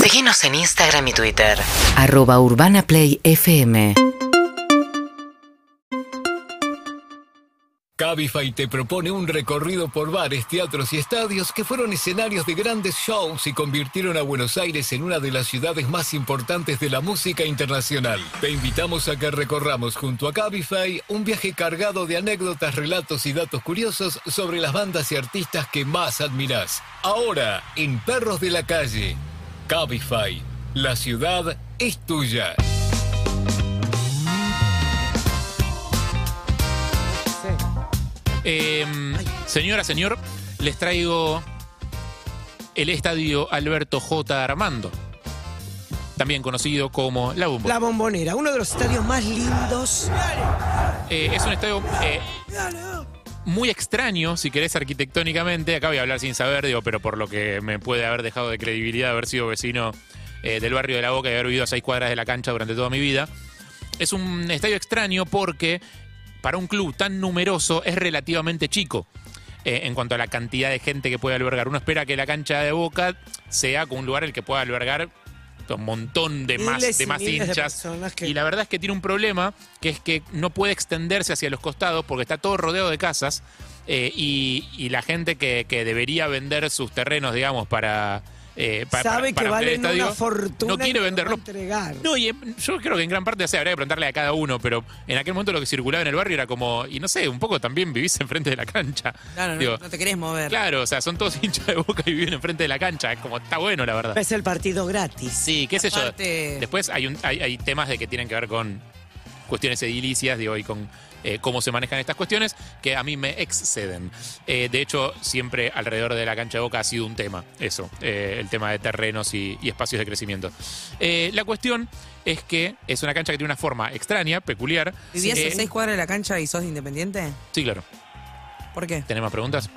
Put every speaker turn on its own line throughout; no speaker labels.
Seguinos en Instagram y Twitter.
Arroba Urbana Play FM.
Cabify te propone un recorrido por bares, teatros y estadios que fueron escenarios de grandes shows y convirtieron a Buenos Aires en una de las ciudades más importantes de la música internacional. Te invitamos a que recorramos junto a Cabify un viaje cargado de anécdotas, relatos y datos curiosos sobre las bandas y artistas que más admirás. Ahora, en Perros de la Calle, Cabify, la ciudad es tuya.
Eh, señora, señor, les traigo el estadio Alberto J. Armando, también conocido como La Bomba.
La Bombonera, uno de los estadios más lindos.
Eh, es un estadio eh, muy extraño, si querés, arquitectónicamente. Acá voy a hablar sin saber, digo, pero por lo que me puede haber dejado de credibilidad haber sido vecino eh, del barrio de La Boca y haber vivido a seis cuadras de la cancha durante toda mi vida. Es un estadio extraño porque para un club tan numeroso es relativamente chico. eh, en cuanto a la cantidad de gente que puede albergar, uno espera que la cancha de Boca sea como un lugar en el que pueda albergar un montón de más,
Miles
de
y
más
miles de
hinchas.
personas que-
Y la verdad es que tiene un problema, que es que no puede extenderse hacia los costados porque está todo rodeado de casas eh, y, y la gente que, que debería vender sus terrenos, digamos, para... eh, pa- para-
Sabe que
para ampliar el
valen una
estadio, no
fortuna. y
quiere
lo va a
venderlo
entregar.
no, y em, yo creo que en gran parte, o sea, habría que preguntarle a cada uno, pero en aquel momento lo que circulaba en el barrio era como, y no sé, un poco también vivís enfrente de la cancha.
Claro, no,
Digo,
no te querés mover.
claro, o sea, son todos hinchas de boca y viven enfrente de la cancha. Es como, está bueno, la verdad.
Es el partido gratis.
Sí, qué sé yo.
Aparte-
Después hay, un- hay, hay temas de que tienen que ver con cuestiones edilicias, digo, y con eh, cómo se manejan estas cuestiones, que a mí me exceden. Eh, de hecho, siempre alrededor de la cancha de Boca ha sido un tema, eso, eh, el tema de terrenos y, y espacios de crecimiento. Eh, la cuestión es que es una cancha que tiene una forma extraña, peculiar.
¿Vivías
Eh,
a seis cuadras de la cancha y sos independiente?
Sí, claro.
¿Por qué?
¿Tenés más preguntas?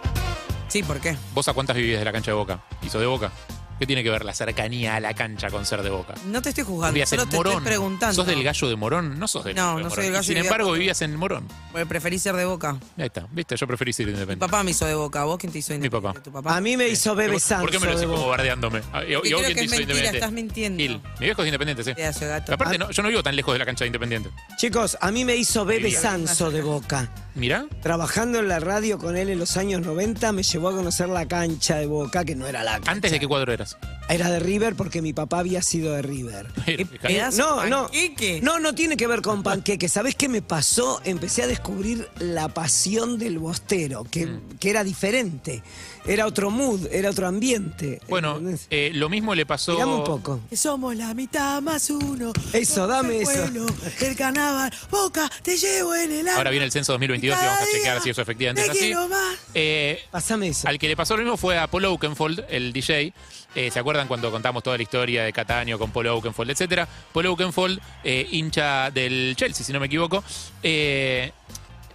Sí, ¿por qué?
¿Vos a cuántas vivís de la cancha de Boca? ¿Y sos de Boca? ¿Qué tiene que ver la cercanía a la cancha con ser de Boca?
No te estoy juzgando,
Vivías
solo
en
te
Morón.
estoy preguntando.
¿Sos del gallo de Morón? No sos del
No,
gallo de
no
Morón.
soy del
Y
gallo
Sin
de
embargo,
Morón.
vivías en Morón.
Porque preferí ser de boca.
Ahí está, viste, yo preferí ser
Mi
independiente.
papá me hizo de boca. ¿Vos quién te hizo independiente?
papá.
¿Tu papá?
A mí me hizo Bebe Sanso.
¿Por qué me lo decís
de
como
Boca.
bardeándome? Ah, ¿Y, y vos
Porque creo
quién
que
te
es
hizo
mentira,
independiente?
estás mintiendo.
Gil, mi viejo es independiente, sí.
Pedazo de gato.
Aparte,
Ah,
no, yo no vivo tan lejos de la cancha de independiente.
Chicos, a mí me hizo Bebe
Vivía.
Sanso de Boca.
Mirá,
Trabajando en la radio con él en los años 90 me llevó a conocer la cancha de Boca, que no era la cancha.
antes de qué cuadro eras.
Eh,
Era de River porque mi papá había sido de River. eh,
¿Qué pedazo
No,
de
no.
panqueque?
No, no tiene que ver con panqueque. ¿Sabés qué me pasó? Empecé a descubrir la pasión del bostero, que,
Mm.
que era diferente. Era otro mood, era otro ambiente.
Bueno,
¿entendés?
eh, lo mismo le pasó.
Tirame un poco.
Somos la mitad más uno.
Eso, dame
El
eso.
pueblo, El carnaval, boca, te llevo en el alma.
Ahora viene el censo 2022 y vamos a
Cada
chequear
día
si eso efectivamente
te
es así.
quiero más.
Eh,
Pásame eso.
Al que le pasó lo mismo fue a Paul Oakenfold, el DJ. Eh, ¿Se acuerdan cuando contamos toda la historia de Cataño con Paul Oakenfold, etcétera? Paul Oakenfold, eh, hincha del Chelsea, si no me equivoco, eh,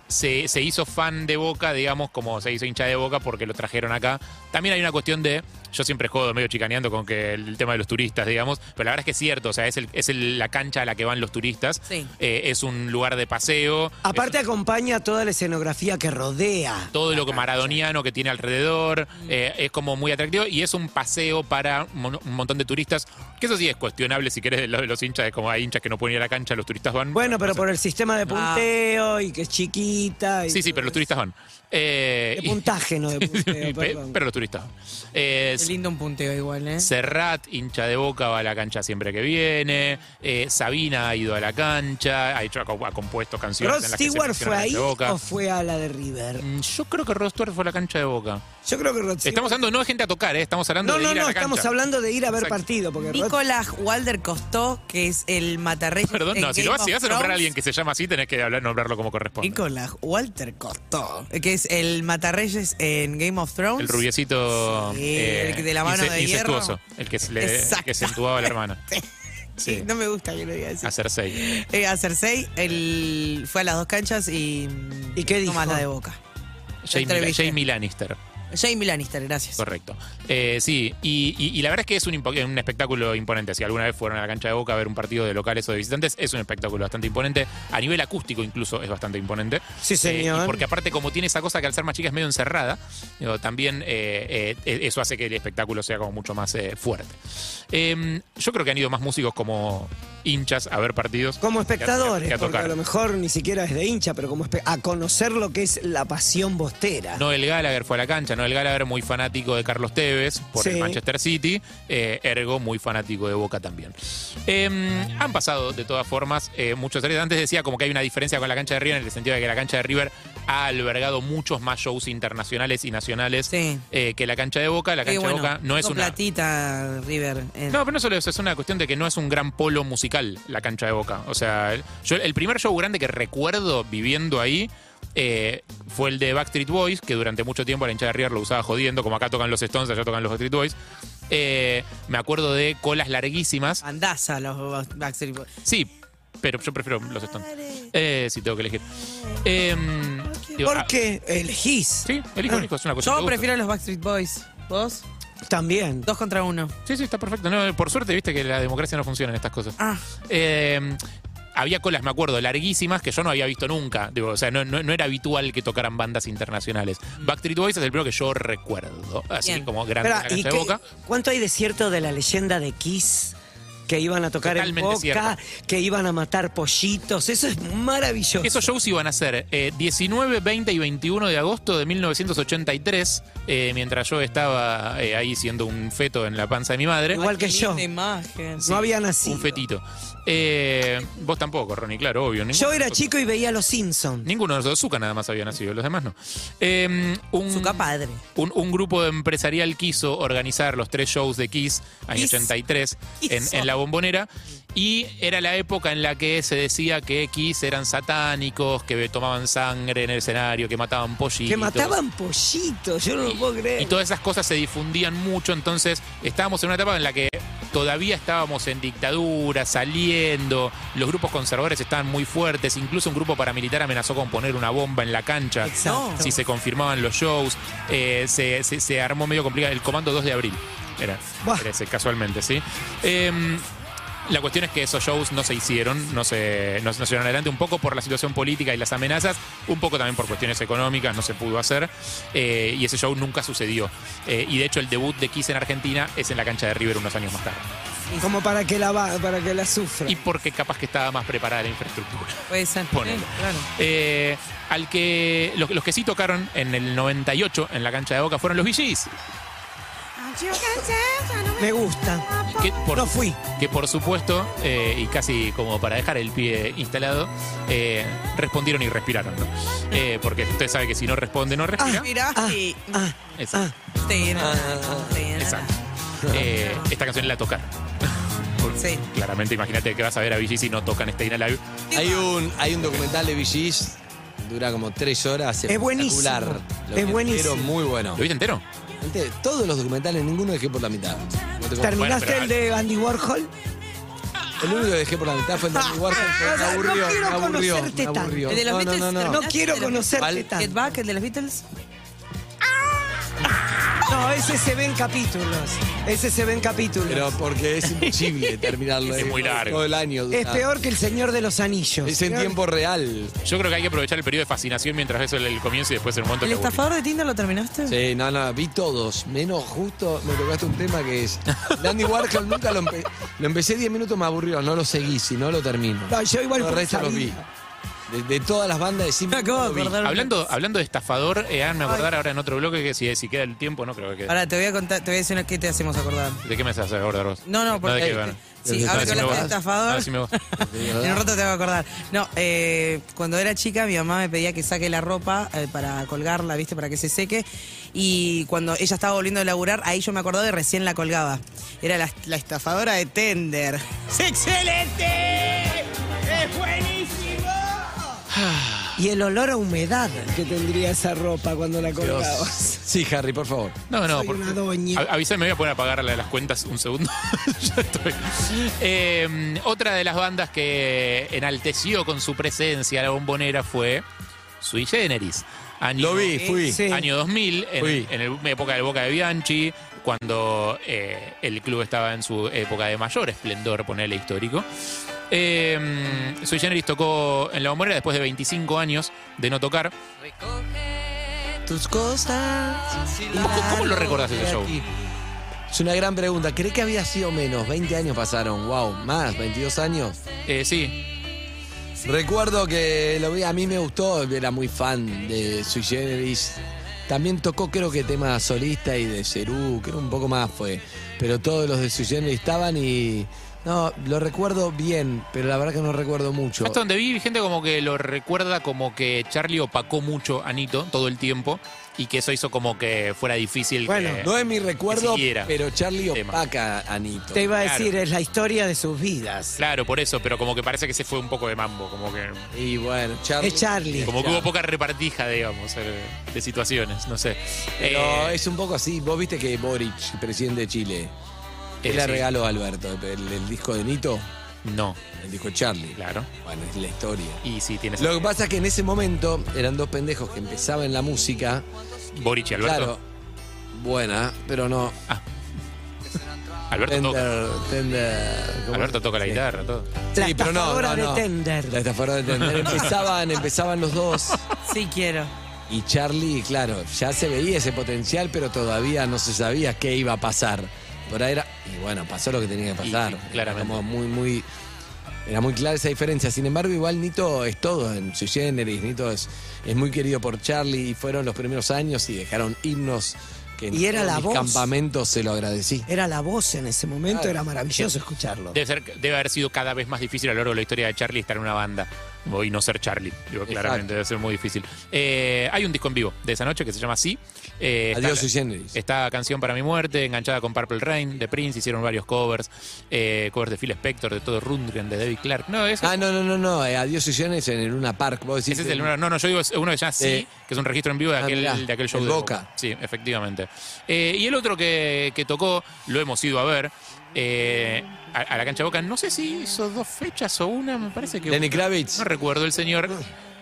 se, se hizo fan de Boca, digamos, como se hizo hincha de Boca porque lo trajeron acá. También hay una cuestión de, yo siempre jodo medio chicaneando con que el tema de los turistas, digamos, pero la verdad es que es cierto, o sea, es, el- es el- la cancha a la que van los turistas,
Sí.
Eh, es un lugar de paseo. es-
Aparte acompaña toda la escenografía que rodea.
todo lo que maradoniano que tiene alrededor eh, es como muy atractivo y es un paseo para mon- un montón de turistas que eso sí es cuestionable si querés de lo de los hinchas es como hay hinchas que no pueden ir a la cancha los turistas van
Bueno, pero
No sé.
por el sistema de punteo y que es chiquita. y
Ah. sí sí
todo
pero los
eso.
turistas van Eh,
De
y-
puntaje, no de punteo,
pe-
perdón.
pero los turistas van. Eh,
Qué lindo un punteo igual, ¿eh?
Serrat, hincha de Boca, va a la cancha siempre que viene. Eh, Sabina ha ido a la cancha, ha, hecho, ha compuesto canciones.
¿Rod
en las que se
Stewart
menciona
fue
la cancha
ahí
de Boca.
o fue a la de River?
Mm, Yo creo que Rod Stewart fue a la cancha de Boca.
Yo creo que Rod Stewart-
Estamos hablando no de gente a tocar, eh, estamos hablando
No,
de
no,
ir a
no,
la
estamos
cancha.
hablando de ir a ver
Exacto.
partido. Porque Rod-
Nicolás Walder Costó, que es el matarrey.
Perdón, no, si, lo vas, si vas a nombrar a alguien que se llama así, tenés que hablar- nombrarlo como corresponde.
Nicolás Walter Costó, que es el matarreyes en Game of Thrones.
El rubiecito eh,
Sí, el de la mano de hierro.
incestuoso, el que, se le, el que se entubaba a la hermana. Sí,
No me gusta que lo diga así.
a Cersei.
Eh, a Cersei, él fue a las dos canchas y.
¿Y qué dijo?
No más la de boca.
Jamie,
entrevisté.
Jamie Lannister.
Jamie Lannister, gracias.
Correcto. Eh, sí, y, y- y la verdad es que es un, impo- un espectáculo imponente. Si alguna vez fueron a la cancha de Boca a ver un partido de locales o de visitantes, es un espectáculo bastante imponente. A nivel acústico incluso es bastante imponente.
Sí,
Eh,
señor.
y porque aparte como tiene esa cosa que al ser más chica es medio encerrada, digo, también eh, eh, eso hace que el espectáculo sea como mucho más eh, fuerte. Eh, yo creo que han ido más músicos como hinchas a ver partidos.
Como
que a- que a-
espectadores,
que a
porque
tocar.
a lo mejor ni siquiera es de hincha, pero como espe- a conocer lo que es la pasión bostera.
Noel Gallagher fue a la cancha. Noel Gallagher muy fanático de Carlos Tevez por el
Sí.
Manchester City. eh, ergo, muy fanático de Boca también. Eh, han pasado, de todas formas, eh, muchos años. Antes decía como que hay una diferencia con la cancha de River en el sentido de que la cancha de River ha albergado muchos más shows internacionales y nacionales
Sí.
eh, que la cancha de Boca. La
Y
cancha
bueno,
de Boca no es
tengo
una...
platita, River. eh.
No, pero no solo eso, es una cuestión de que no es un gran polo musical la cancha de Boca. O sea, el- yo el primer show grande que recuerdo viviendo ahí eh, fue el de Backstreet Boys, que durante mucho tiempo la hinchada de River lo usaba jodiendo, como acá tocan los Stones, allá tocan los Backstreet Boys. Eh, me acuerdo de colas larguísimas.
Bandaza, los Backstreet Boys.
Sí, pero yo prefiero los Stones. Eh, sí, tengo que elegir. Em, digo, ah,
Porque elegís
Sí, elijo, elijo, es una cuestión que
Yo
me gusta.
prefiero a los Backstreet Boys. ¿Vos?
también.
Dos contra uno.
Sí, sí, está perfecto. No, por suerte, viste que la democracia no funciona en estas cosas.
Ah.
Eh, había colas, me acuerdo, larguísimas que yo no había visto nunca. Digo, o sea, no, no- no era habitual que tocaran bandas internacionales.
Mm.
Backstreet Boys es el primero que yo recuerdo. Así
Bien.
como grande
Espera,
en la
¿y
cancha de
qué-
boca.
¿Cuánto hay de cierto de la leyenda de Kiss? Que iban a tocar
Totalmente
en
cierto.
Boca, que iban a matar pollitos. Eso es maravilloso.
Esos shows iban a ser eh, 19, 20 y 21 de agosto de 1983, eh, mientras yo estaba eh, ahí siendo un feto en la panza de mi madre.
Igual que
Qué
yo.
linda imagen.
no había nacido.
Un fetito. Eh, vos tampoco, Ronnie, claro, obvio. ninguno
Yo
de
era
nosotros.
chico y veía a los Simpsons.
Ninguno de nosotros, Zuka nada más había nacido, los demás no. Eh, un,
Mm.
Su capadre.
un, un grupo empresarial quiso organizar los tres shows de Kiss, año
Kiss.
83, en,
Quiso.
en la bombonera, y era la época en la que se decía que Kiss eran satánicos, que tomaban sangre en el escenario, que mataban pollitos.
Que mataban pollitos, yo no lo puedo creer.
Y todas esas cosas se difundían mucho, entonces estábamos en una etapa en la que todavía estábamos en dictadura, saliendo, los grupos conservadores estaban muy fuertes, incluso un grupo paramilitar amenazó con poner una bomba en la cancha
Exacto.
si se confirmaban los shows, eh, se, se- se armó medio complicado el comando 2 de abril. Era,
Buah.
era ese, casualmente, ¿sí? Em, la cuestión es que esos shows no se hicieron, no se, no, se- no se llevaron adelante, un poco por la situación política y las amenazas, un poco también por cuestiones económicas, no se pudo hacer, eh, y ese show nunca sucedió. Eh, y de hecho el debut de Kiss en Argentina es en la cancha de River unos años más tarde.
Como para que la va- para que la sufra.
Y porque capaz que estaba más preparada la infraestructura.
Puede ser.
Ponele.
Eh, claro.
Eh, al que los, los que sí tocaron en el 98 en la cancha de Boca fueron los VGs,
Me gusta.
que por,
No fui.
que por supuesto, eh, y casi como para dejar el pie instalado, eh, respondieron y respiraron, ¿no? Eh, porque usted sabe que si no responde, no respira.
Mirá, sí.
Ah,
Exacto.
Te llena, te llena.
Ah, Exacto. Eh, esta canción la tocaron. Porque
Sí.
Claramente, imagínate que vas a ver a VGs si no tocan este Stay in Alive.
Hay un, hay un documental de VGs, dura como tres horas.
Es buenísimo.
espectacular.
Es
que
buenísimo.
vieron, muy bueno.
¿Lo viste entero?
Gente, Todos los documentales, ninguno dejé por la mitad. No te-
¿Terminaste
pero-
el de Andy Warhol?
El único que dejé por la mitad fue el de Andy Warhol, pero me
Ah, No
aburrió,
quiero
me aburrió,
conocerte
me
tanto.
aburrió.
El de los
No,
Beatles.
no, no, no.
No quiero conocerte
Vale.
tanto.
Get Back, el de los Beatles.
No, ese se ve en capítulos. Ese se ve en capítulos.
Pero porque es imposible terminarlo. eh,
Es muy largo.
Todo el año. dura.
es peor que el Señor de los Anillos.
Es ah. en
Peor-
tiempo real.
Yo creo que hay que aprovechar el periodo de fascinación mientras ves el, el comienzo y después el momento
¿El
que aburre.
estafador de Tinder lo terminaste?
Sí, no, no, vi todos, menos justo me tocaste un tema que es. Dandy Warhol nunca lo empecé. Lo empecé 10 minutos, me aburrió, no lo seguí, si no lo termino.
No, yo igual
Todo
por
el resto los vi.
sabido.
De, de todas las bandas de cine.
Me acabo de
lo vi.
acordar.
Hablando, hablando de estafador, eh, háganme acordar ahora en otro bloque que si, si queda el tiempo, no creo que quede.
Ahora te voy a contar, te voy a decir una que te hacemos acordar.
¿De qué me haces acordar vos?
No, no, porque.
¿De qué van?
sí,
No,
ahora
si
que
me
hablaste
vas.
de
A
estafador.
ver si me va.
En un rato te voy a acordar. No, eh, cuando era chica, mi mamá me pedía que saque la ropa eh, para colgarla, ¿viste? Para que se seque. Y cuando ella estaba volviendo a laburar, ahí yo me acordaba y recién la colgaba. Era la, la estafadora de Tender. ¡Es excelente! ¡Es buenísimo! Ah.
Y el olor a humedad que tendría esa ropa cuando la colgabas.
Sí, Harry, por favor.
No, no,
Soy
por-
una doña.
a- avísame, me voy a poner a pagar la de las cuentas un segundo. Ya estoy. Eh, otra de las bandas que enalteció con su presencia la bombonera fue Sui Generis. Año,
Lo vi, fui.
Sí.
Año 2000, en,
Fui.
en el- época del Boca de Bianchi, cuando eh, el club estaba en su época de mayor esplendor, ponerle histórico. Eh, Sui Generis tocó en la bombonera después de 25 años de no tocar.
Tus cosas.
¿Y cómo- cómo lo recordás ese show?
Es una gran pregunta. ¿Crees que había sido menos? 20 años pasaron. Wow, más, 22 años.
Eh, sí,
Recuerdo que lo vi, a mí me gustó, era muy fan de Sui Generis. También tocó creo que tema solista y de Cerú, creo un poco más fue. Pero todos los de Sui Generis estaban y... No, lo recuerdo bien, pero la verdad que no recuerdo mucho.
hasta donde vi gente como que lo recuerda como que Charlie opacó mucho a Nito todo el tiempo y que eso hizo como que fuera difícil.
Bueno,
que-
No es mi recuerdo,
siquiera.
pero Charlie
Tema.
opaca a Anito.
Te iba a
Claro.
decir, es la historia de sus vidas.
Claro, por eso, pero como que parece que se fue un poco de mambo, como que
Y bueno, Charlie...
Es Charlie.
como que hubo poca repartija, digamos, eh, de situaciones, no sé.
Pero
Eh,
es un poco así. Vos viste que Boric, el presidente de Chile,
Eh,
él le
sí.
regaló a Alberto el, el disco de Nito,
No,
el disco de Charlie.
claro.
Bueno, es la historia.
Y sí, tienes
Lo que pasa es que en ese momento eran dos pendejos que empezaban en la música.
Boric y Alberto.
Claro, buena, pero no.
Alberto toca.
Tender, tender. ¿cómo
Alberto
se-
toca la
sí.
guitarra, todo.
La
Sí, pero no,
estafadora
no, no.
de Tender.
La estafadora de Tender. Empezaban, empezaban los dos.
Sí quiero.
Y Charlie, claro, ya se veía ese potencial, pero todavía no se sabía qué iba a pasar. Por ahí era. Y bueno, pasó lo que tenía que
Y
pasar.
sí, claramente.
Era como muy, muy. Era muy clara esa diferencia. Sin embargo, igual Nito es todo en su generis. Nito es, es muy querido por Charlie y fueron los primeros años y dejaron himnos que en
Y era
todos
la
mis
voz.
campamentos se lo agradecí.
Era la voz en ese momento,
Claro.
era maravilloso escucharlo.
Debe, ser, debe haber sido cada vez más difícil a lo largo de la historia de Charlie estar en una banda. O- Y no ser Charlie, digo, claramente,
Exacto.
debe ser muy difícil. Eh, hay un disco en vivo de esa noche que se llama así. Eh, está-
Adiós, sui generis.
Está Canción para mi muerte, enganchada con Purple Rain, de Prince, hicieron varios covers, eh, covers de Phil Spector, de todo Rundgren, de David Clark. No, es,
Ah, no, no, no, no. eh, Adiós, sui generis en el Luna Park. Vos decís,
ese es el número- No, no, yo digo es uno que ya sí,
Eh,
que es un registro en vivo de
ah,
aquel,
mirá,
de aquel show
el
de
Boca.
Sí, efectivamente. Eh, y el otro que, que tocó, lo hemos ido a ver. eh, a, a la cancha Boca, no sé si hizo dos fechas o una, me parece que.
Lenny Kravitz.
No recuerdo el señor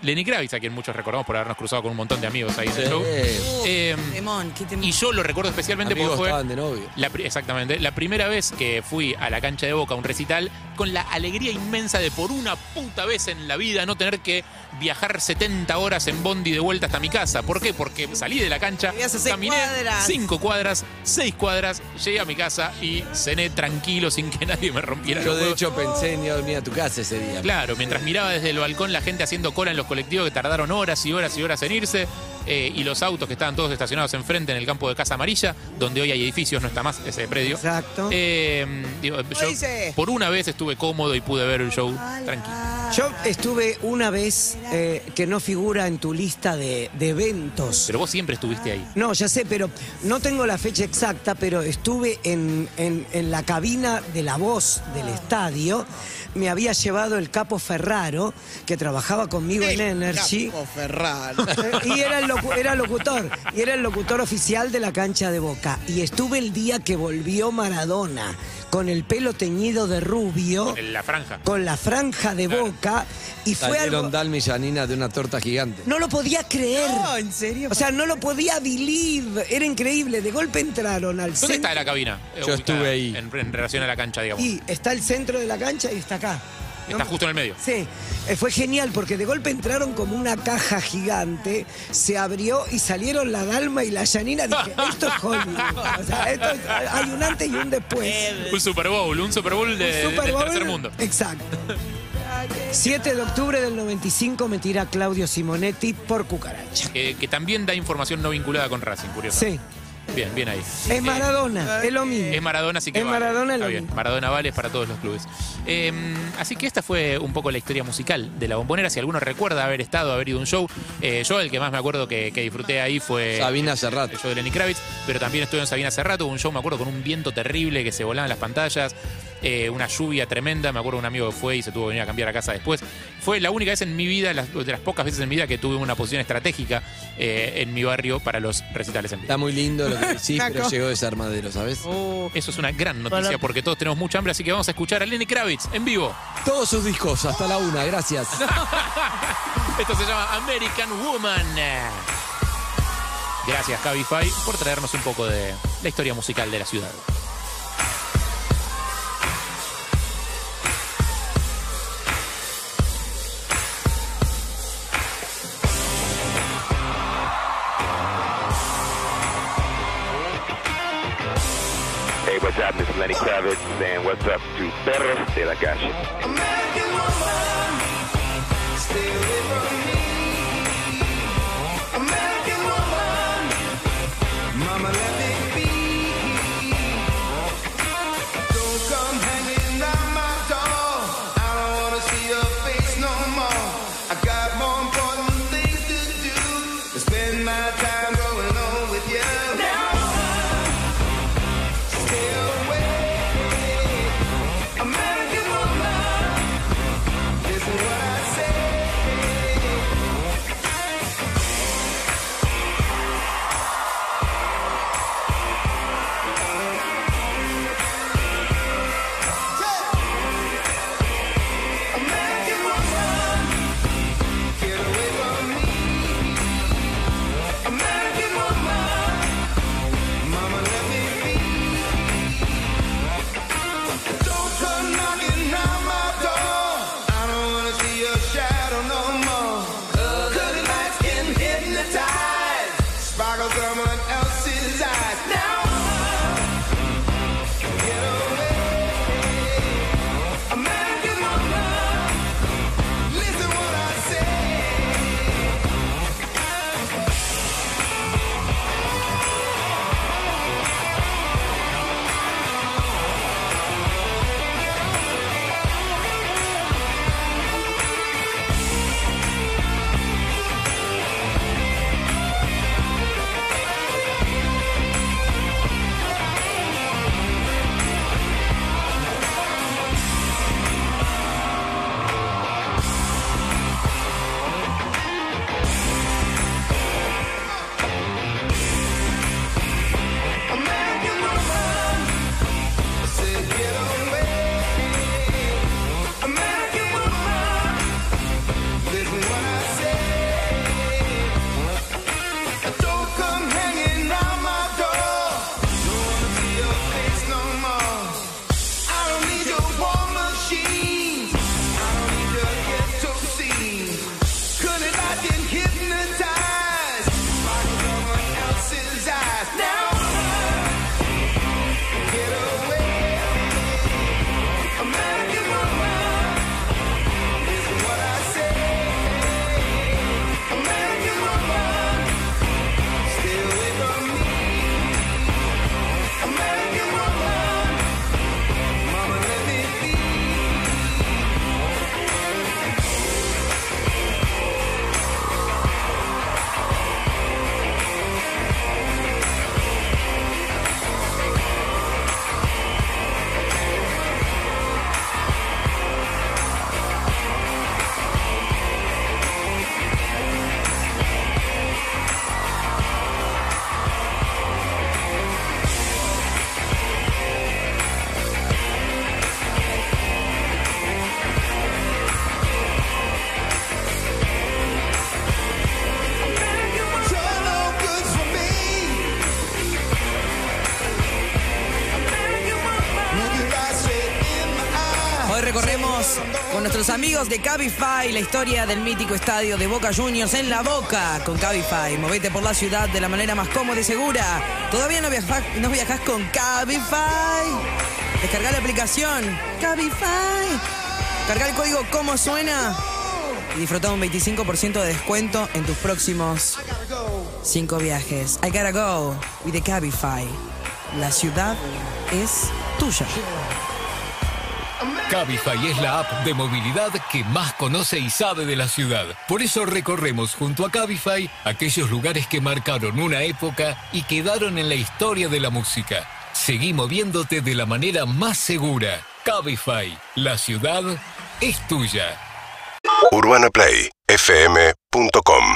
Lenny Kravitz, a quien muchos recordamos por habernos cruzado con un montón de amigos ahí en el show.
Eh,
Eh,
Temón, qué temón.
Y yo lo recuerdo especialmente
amigos
porque fue
estaban de novio.
la pri- exactamente, la primera vez que fui a la cancha de Boca a un recital con la alegría inmensa de por una puta vez en la vida no tener que viajar 70 horas en bondi de vuelta hasta mi casa. ¿Por qué? Porque salí de la cancha,
Vivías a seis
caminé
cuadras.
5 cuadras, 6 cuadras, llegué a mi casa y cené tranquilo sin que nadie me rompiera
Yo,
los
de
huevos.
hecho, eh, pensé en ir a dormir a tu casa ese día.
Claro, mientras miraba desde el balcón la gente haciendo cola en los colectivos que tardaron horas y horas y horas en irse, eh, y los autos que estaban todos estacionados enfrente en el campo de Casa Amarilla, donde hoy hay edificios, no está más ese predio.
Exacto.
Eh, digo, yo
dice?
por una vez estuve cómodo y pude ver el show tranquilo.
Yo estuve una vez eh, que no figura en tu lista de, de eventos.
Pero vos siempre estuviste ahí.
No, ya sé, pero no tengo la fecha exacta, pero estuve en, en- en la cabina de la voz del estadio. Me había llevado el capo Ferraro, que trabajaba conmigo en Energy.
Ferraro.
Y era, el locu- era locutor, y era el locutor oficial de la cancha de Boca. Y estuve el día que volvió Maradona, con el pelo teñido de rubio,
En la franja.
con la franja de Boca, y fue
Salieron
algo...
Dalma y Janina de una torta gigante.
No lo podía creer.
No, en serio.
O sea, no lo podía believe. Era increíble. De golpe entraron al
¿Dónde
centro.
está la cabina? eh,
Yo
ubicada
estuve ahí.
En, en relación a la cancha, digamos.
Y está el centro de la cancha y está acá.
Está justo en el medio.
Sí, eh, fue genial porque de golpe entraron como una caja gigante, se abrió y salieron la Dalma y la Yanina. Dije, esto es Hollywood. O sea, esto es- hay un antes y un después.
Un Super Bowl, un Super Bowl de,
Un Super
Eh, del
Bowl.
tercer mundo.
Exacto. 7 de octubre del 95 me tira Claudio Simonetti por cucaracha.
Que, que también da información no vinculada con Racing, curioso.
Sí,
Bien, bien ahí. Eh,
es Maradona, es lo mismo.
Es Maradona, así que
Es
vale.
Maradona
Está
lo
bien.
mismo.
Maradona vale para todos los clubes. Eh, así que esta fue un poco la historia musical de La Bombonera. Si alguno recuerda haber estado, haber ido a un show, eh, yo el que más me acuerdo que, que disfruté ahí
Eh.
fue...
Sabina Serrat.
El show de Lenny Kravitz, pero también estuve en Sabina Serrat, hubo un show, me acuerdo, con un viento terrible que se volaban las pantallas, eh, una lluvia tremenda, me acuerdo un amigo que fue y se tuvo que venir a cambiar a casa después. Fue la única vez en mi vida, las- de las pocas veces en mi vida que tuve una posición estratégica eh, en mi barrio para los recitales en vivo.
Está muy lindo lo que sí, pero
Naco.
llegó desarmadero, ¿sabes?
Eso es una gran noticia
Para-
porque todos tenemos mucha hambre, así que vamos a escuchar a Lenny Kravitz en vivo.
Todos sus discos, hasta la una, gracias.
Esto se llama American Woman. Gracias, Cabify, por traernos un poco de la historia musical de la ciudad.
Hey, what's up? This is Lenny Kravitz, and what's up to Perros de la Calle.
Spend my time going on with you. Don't come knocking on my door. I don't wanna see your shadow no more. Good lights can hypnotize. Sparkle someone else's eyes. Now get away. American woman, listen what I say. American woman, say get away. American woman, listen what I say. Don't come hanging on my door. Don't wanna see your face no more. I don't need your war machine. I don't need your ghetto scene. Couldn't I get hypnotized by someone else's eyes now? Get away, American woman. This is what I say, American woman. Stay away from me, American woman. Mama, let me be. You're no good for me. Look your eyes straight in my eyes.
Hoy recorremos con nuestros amigos de Cabify la historia del mítico estadio de Boca Juniors en La Boca. Con Cabify, movete por la ciudad de la manera más cómoda y segura. ¿Todavía no viajás, no viajás con Cabify? Descarga la aplicación Cabify. Carga el código como suena y disfruta un 25% de descuento en tus próximos 5 viajes. I gotta go with the Cabify. La ciudad es tuya.
Cabify es la app de movilidad que más conoce y sabe de la ciudad. Por eso recorremos junto a Cabify aquellos lugares que marcaron una época y quedaron en la historia de la música. Seguí moviéndote de la manera más segura. Cabify, la ciudad es tuya.
UrbanaPlayFM.com